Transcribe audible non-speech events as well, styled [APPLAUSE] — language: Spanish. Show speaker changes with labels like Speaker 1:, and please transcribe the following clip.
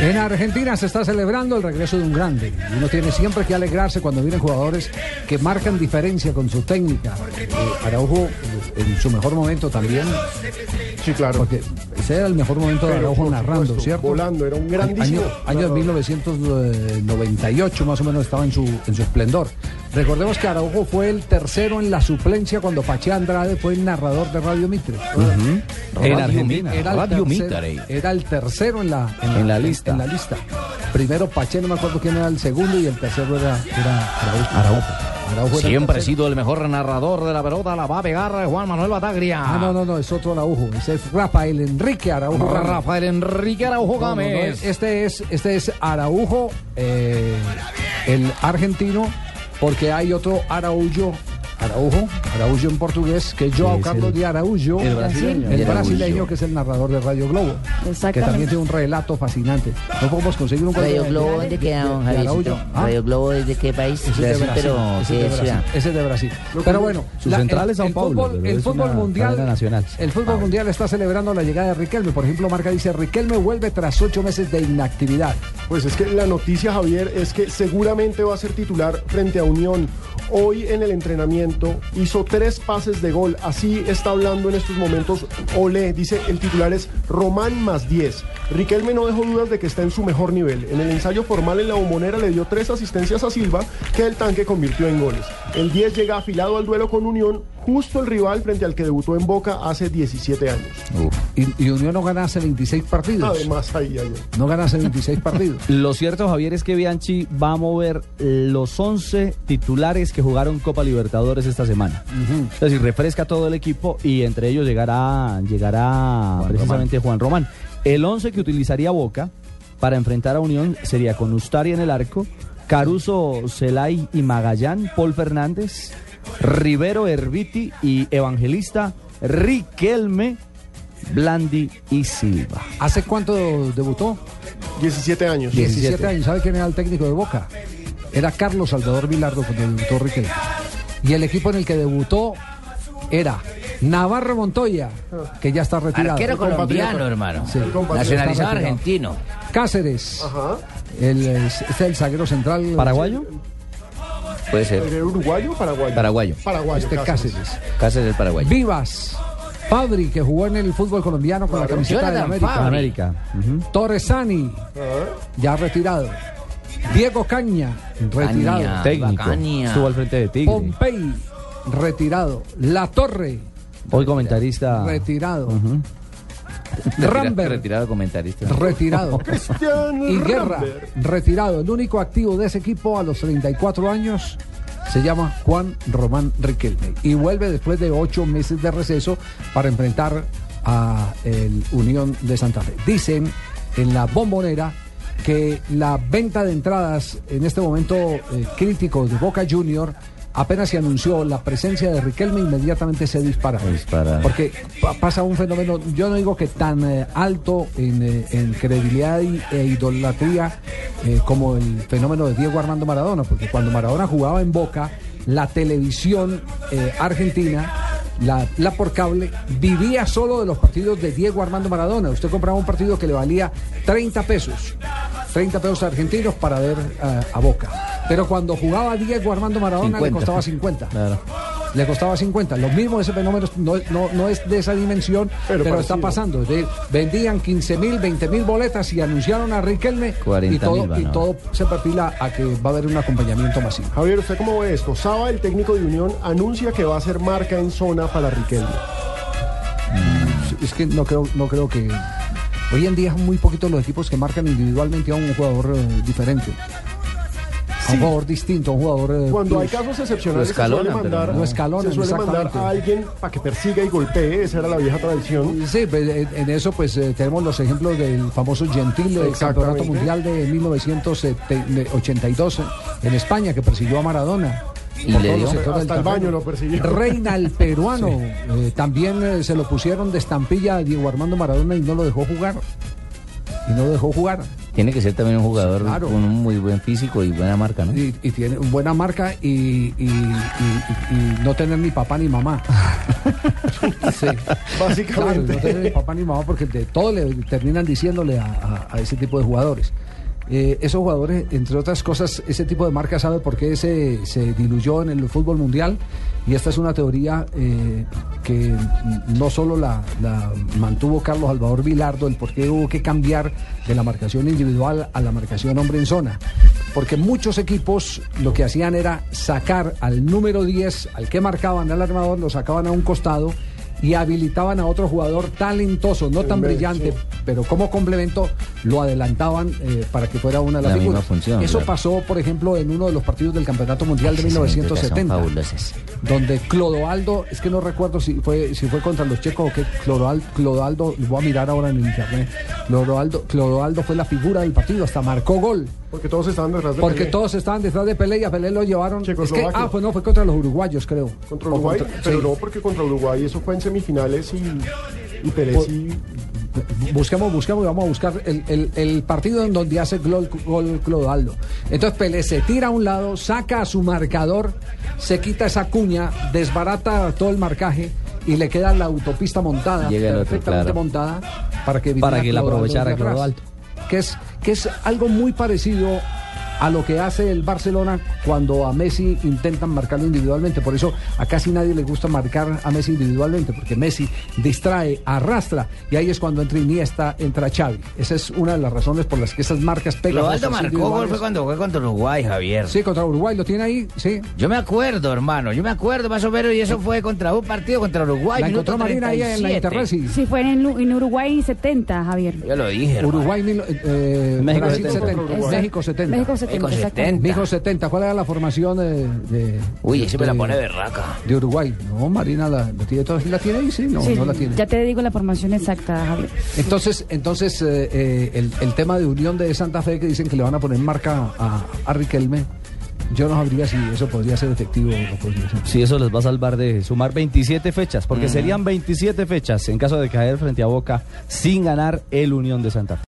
Speaker 1: En Argentina se está celebrando el regreso de un grande. Uno tiene siempre que alegrarse cuando vienen jugadores que marcan diferencia con su técnica. Eh, Araujo en su mejor momento también.
Speaker 2: Sí, claro.
Speaker 1: Porque ese era el mejor momento de
Speaker 2: Pero,
Speaker 1: Araujo
Speaker 2: por
Speaker 1: narrando,
Speaker 2: supuesto,
Speaker 1: ¿cierto?
Speaker 2: volando, era un grandísimo
Speaker 1: Año, año
Speaker 2: narrador.
Speaker 1: 1998 más o menos estaba en su, en su esplendor. Recordemos que Araujo fue el tercero en la suplencia cuando Pache Andrade fue el narrador de Radio Mitre.
Speaker 3: En
Speaker 1: Radio
Speaker 3: Argentina.
Speaker 1: Mi- Era el,
Speaker 3: Radio
Speaker 1: tercero,
Speaker 3: Mitre.
Speaker 1: era el tercero en la,
Speaker 3: En la lista.
Speaker 1: en la lista. Primero Pache, no me acuerdo quién era el segundo, y el tercero era, era Araujo. Araujo era el
Speaker 3: Siempre ha
Speaker 1: tercero.
Speaker 3: sido el mejor narrador de la pelota, la va a pegar Juan Manuel Bataglia.
Speaker 1: Ah, no, no, no, es otro Araujo. Ese es Rafael Enrique Araujo. Gámez.
Speaker 3: Rafael Enrique Araujo
Speaker 1: No, no, no,
Speaker 3: Gámez.
Speaker 1: este, es, este es Araujo, eh, el argentino, porque hay otro Araujo. Araujo, Araujo en portugués, que es Joao
Speaker 4: Es
Speaker 1: Carlos
Speaker 4: el-
Speaker 1: de Araujo,
Speaker 4: el brasileño.
Speaker 1: el
Speaker 4: Araujo.
Speaker 1: brasileño que es el narrador de Radio Globo, que
Speaker 5: Exactamente.
Speaker 1: también tiene un relato fascinante. No podemos conseguir un
Speaker 4: Radio
Speaker 1: cuento
Speaker 4: Globo,
Speaker 1: de-
Speaker 4: ¿dónde queda,
Speaker 1: de-
Speaker 4: don
Speaker 1: de
Speaker 4: Javiercito?
Speaker 1: Araujo. Ah,
Speaker 4: Radio Globo, ¿desde qué país?
Speaker 1: ese es de
Speaker 4: Brasil,
Speaker 1: Brasil,
Speaker 4: pero
Speaker 1: ese
Speaker 4: ¿qué
Speaker 1: es de
Speaker 4: ciudad?
Speaker 1: Brasil, ese es de Brasil. Pero bueno,
Speaker 3: Su central es Sao
Speaker 1: el
Speaker 3: Paulo,
Speaker 1: fútbol-
Speaker 3: pero
Speaker 1: El
Speaker 3: es
Speaker 1: fútbol
Speaker 3: una
Speaker 1: mundial,
Speaker 3: cadena nacional.
Speaker 1: el fútbol mundial está celebrando la llegada de Riquelme. Por ejemplo, Marca dice Riquelme vuelve tras ocho meses de inactividad.
Speaker 2: Pues es que la noticia, Javier, es que seguramente va a ser titular frente a Unión. Hoy en el entrenamiento hizo tres pases de gol. Así está hablando en estos momentos Ole. Dice el titular es Román más 10. Riquelme no dejó dudas de que está en su mejor nivel. En el ensayo formal en la bombonera le dio tres asistencias a Silva que el tanque convirtió en goles. El 10 llega afilado al duelo con Unión, justo el rival frente al que debutó en Boca hace 17 años.
Speaker 1: Y, y Unión no gana hace 26 partidos.
Speaker 2: Además, ahí, ahí.
Speaker 1: No gana hace 26 partidos.
Speaker 6: Lo cierto, Javier, es que Bianchi va a mover los 11 titulares que jugaron Copa Libertadores esta semana. Es decir, refresca todo el equipo y entre ellos llegará, llegará precisamente Juan Román. El 11 que utilizaría Boca para enfrentar a Unión sería con Ustari en el arco, Caruso, Celay y Magallán, Paul Fernández, Rivero, Erviti y Evangelista, Riquelme, Blandi y Silva.
Speaker 1: ¿Hace cuánto debutó?
Speaker 2: 17 años.
Speaker 1: 17 años. ¿Sabe quién era el técnico de Boca? Era Carlos Salvador Vilardo cuando debutó Riquelme. Y el equipo en el que debutó era Navarro Montoya, que ya está retirado.
Speaker 3: Arquero colombiano,
Speaker 2: compatriota.
Speaker 3: hermano.
Speaker 1: Sí.
Speaker 3: Nacionalizado
Speaker 1: Está retirado.
Speaker 3: argentino.
Speaker 1: Cáceres,
Speaker 2: Ajá.
Speaker 1: el, es- este el zaguero central.
Speaker 6: ¿Paraguayo?
Speaker 3: Puede ser.
Speaker 2: ¿El uruguayo o paraguayo?
Speaker 3: Paraguayo.
Speaker 2: Paraguayo.
Speaker 1: Este
Speaker 2: Cáceres.
Speaker 1: Cáceres.
Speaker 3: Casas del Paraguay.
Speaker 1: Vivas. Fabri, que jugó en el fútbol colombiano con la camiseta de
Speaker 3: Jonathan
Speaker 1: América.
Speaker 3: Fabri.
Speaker 6: América. Ujú.
Speaker 1: Torresani, ya retirado. Diego Caña, retirado.
Speaker 3: Caña.
Speaker 6: técnico.
Speaker 3: Bacania.
Speaker 6: Estuvo al frente de Tigre.
Speaker 1: Pompey, retirado. La Torre,
Speaker 6: Hoy comentarista.
Speaker 1: retirado.
Speaker 3: Retira-
Speaker 1: Rambert.
Speaker 3: Retirado comentarista.
Speaker 1: Retirado.
Speaker 2: Cristian
Speaker 1: y Guerra,
Speaker 2: Rambert.
Speaker 1: retirado. El único activo de ese equipo a los 34 años se llama Juan Román Riquelme. Y vuelve después de ocho meses de receso para enfrentar a el Unión de Santa Fe. Dicen en la bombonera que la venta de entradas en este momento eh, crítico de Boca Junior apenas se anunció la presencia de Riquelme inmediatamente se dispara.
Speaker 3: Dispara.
Speaker 1: Porque pa- pasa un fenómeno, yo no digo que tan eh, alto en, eh, en credibilidad y- e idolatría eh, como el fenómeno de Diego Armando Maradona, porque cuando Maradona jugaba en Boca, la televisión eh, argentina, la, la por cable, vivía solo de los partidos de Diego Armando Maradona. Usted compraba un partido que le valía 30 pesos. 30 pesos argentinos para ver eh, a Boca. Pero cuando jugaba Diego Armando Maradona le
Speaker 3: 50.
Speaker 1: costaba 50
Speaker 3: Claro.
Speaker 1: le costaba 50. Lo mismo ese fenómeno no, no- no es de esa dimensión, pero,
Speaker 2: Pero
Speaker 1: está pasando.
Speaker 2: parecido.
Speaker 1: Es decir, vendían 15 mil, 20 mil boletas y anunciaron a Riquelme
Speaker 3: 40.000
Speaker 1: y, todo,
Speaker 3: van
Speaker 1: y
Speaker 3: ahora.
Speaker 1: todo se perfila a que va a haber un acompañamiento masivo.
Speaker 2: Javier, ¿usted cómo ve esto? Saba, el técnico de Unión, anuncia que va a hacer marca en zona para Riquelme.
Speaker 1: Es que no creo, no creo que... Hoy en día son muy poquitos los equipos que marcan individualmente a un jugador eh, diferente. A
Speaker 2: Sí.
Speaker 1: un jugador distinto, a un jugador... eh,
Speaker 2: Cuando hay
Speaker 1: plus.
Speaker 2: casos excepcionales,
Speaker 3: Lo escalonan,
Speaker 2: se suele
Speaker 3: pero
Speaker 2: mandar,
Speaker 1: no. Lo escalonan,
Speaker 2: se suele mandar
Speaker 1: exactamente.
Speaker 2: a alguien para que persiga y golpee. Esa era la vieja tradición.
Speaker 1: Sí, pues, en en eso pues eh, tenemos los ejemplos del famoso Gentile del Campeonato
Speaker 2: Exactamente.
Speaker 1: Mundial de 1982 en España que persiguió a Maradona.
Speaker 3: Y
Speaker 1: por
Speaker 3: le
Speaker 1: todos
Speaker 3: dio.
Speaker 1: los sectores
Speaker 2: Hasta
Speaker 1: del
Speaker 2: el baño
Speaker 1: terreno.
Speaker 2: lo persiguió.
Speaker 1: Reina el peruano. eh, también eh, se lo pusieron de estampilla a Diego Armando Maradona y no lo dejó jugar. Y no lo dejó jugar.
Speaker 4: Tiene que ser también un jugador
Speaker 1: claro.
Speaker 4: con un muy buen físico y buena marca, ¿no?
Speaker 3: ¿Eh?
Speaker 1: Y, y tiene buena marca y, y- y- y- y no tener ni papá ni
Speaker 3: [LAUGHS]
Speaker 1: mamá. Sí. Claro,
Speaker 2: Básicamente.
Speaker 1: no tener ni papá ni mamá porque de todo le terminan diciéndole a, a- a ese tipo de jugadores. Eh, esos jugadores, entre otras cosas, ese tipo de marca sabe por qué se, se diluyó en el fútbol mundial y esta es una teoría eh, que no solo la, la mantuvo Carlos Salvador Vilardo, el por qué hubo que cambiar de la marcación individual a la marcación hombre en zona. Porque muchos equipos lo que hacían era sacar al número 10, al que marcaban al armador, lo sacaban a un costado y habilitaban a otro jugador talentoso, no tan
Speaker 2: hombre,
Speaker 1: brillante,
Speaker 2: sí.
Speaker 1: pero como complemento lo adelantaban eh, para que fuera una de las
Speaker 4: La misma
Speaker 1: figuras.
Speaker 4: función,
Speaker 1: Eso
Speaker 4: claro.
Speaker 1: pasó, por ejemplo, en uno de los partidos del Campeonato Mundial de
Speaker 4: Esas anécdotas son
Speaker 1: 1970,
Speaker 4: fabulosas.
Speaker 1: donde Clodoaldo, es que no recuerdo si fue si fue contra los checos o qué, Clodoaldo, Clodoaldo, lo voy a mirar ahora en internet, Clodoaldo, Clodoaldo fue la figura del partido, hasta marcó gol.
Speaker 2: Porque todos estaban detrás de
Speaker 1: Porque
Speaker 2: Pelé.
Speaker 1: todos estaban detrás de Pelé y a Pelé lo llevaron. Es que,
Speaker 2: Checoslovaquia.
Speaker 1: ah, pues no, fue contra los uruguayos, creo.
Speaker 2: Contra
Speaker 1: O
Speaker 2: Uruguay,
Speaker 1: contra-
Speaker 2: pero
Speaker 1: sí.
Speaker 2: no porque contra Uruguay eso fue en semifinales y, y Pelé
Speaker 1: Por-
Speaker 2: sí.
Speaker 1: Busquemos, busquemos y vamos a buscar el, el- el partido en donde hace gol, gol Clodoaldo. Entonces Pelé se tira a un lado, saca a su marcador, se quita esa cuña, desbarata todo el marcaje y le queda la autopista montada,
Speaker 4: Llega el otro,
Speaker 1: perfectamente
Speaker 4: claro.
Speaker 1: montada, para que,
Speaker 6: Para
Speaker 1: viniera
Speaker 6: que la
Speaker 1: Clodoaldo
Speaker 6: aprovechara
Speaker 1: desde atrás.
Speaker 6: Clodoaldo.
Speaker 1: Que es, que es algo muy parecido a lo que hace el Barcelona cuando a Messi intentan marcarlo individualmente. Por eso a casi nadie le gusta marcar a Messi individualmente, porque Messi distrae, arrastra, y ahí es cuando entra Iniesta, entra Xavi. Esa es una de las razones por las que esas marcas pegan.
Speaker 4: Clodoaldo marcó gol fue cuando fue contra Uruguay, Javier.
Speaker 1: Sí, contra Uruguay, lo tiene ahí, sí.
Speaker 4: Yo me acuerdo, hermano, yo me acuerdo más o menos, y eso fue contra un partido contra Uruguay.
Speaker 1: la
Speaker 4: minuto
Speaker 1: encontró Marina ahí en la
Speaker 4: 37.
Speaker 1: Interred, sí.
Speaker 5: Si fuera en, Lu- en Uruguay 70, Javier.
Speaker 4: Yo lo dije, hermano.
Speaker 1: Uruguay, mil- eh,
Speaker 6: México
Speaker 1: Brasil
Speaker 6: 70.
Speaker 1: 70.
Speaker 5: Exacto.
Speaker 1: México 70.
Speaker 5: México
Speaker 4: México
Speaker 5: 70. exactamente.
Speaker 4: 70.
Speaker 1: México 70. ¿Cuál era la formación eh, de,
Speaker 4: Uy,
Speaker 1: de-
Speaker 4: ese me la
Speaker 1: de-
Speaker 4: pone berraca.
Speaker 1: De Uruguay. No, Marina la, la tiene toda. ¿La tiene ahí? Sí, no,
Speaker 5: Sí,
Speaker 1: no la tiene.
Speaker 5: Ya te digo la formación exacta, Javier.
Speaker 1: Entonces, entonces eh, eh, el, el tema de Unión de Santa Fe que dicen que le van a poner marca a, a Riquelme, yo no sabría si eso podría ser efectivo o no podría ser.
Speaker 6: Sí, eso les va a salvar de sumar 27 fechas, porque serían 27 fechas en caso de caer frente a Boca sin ganar el Unión de Santa Fe.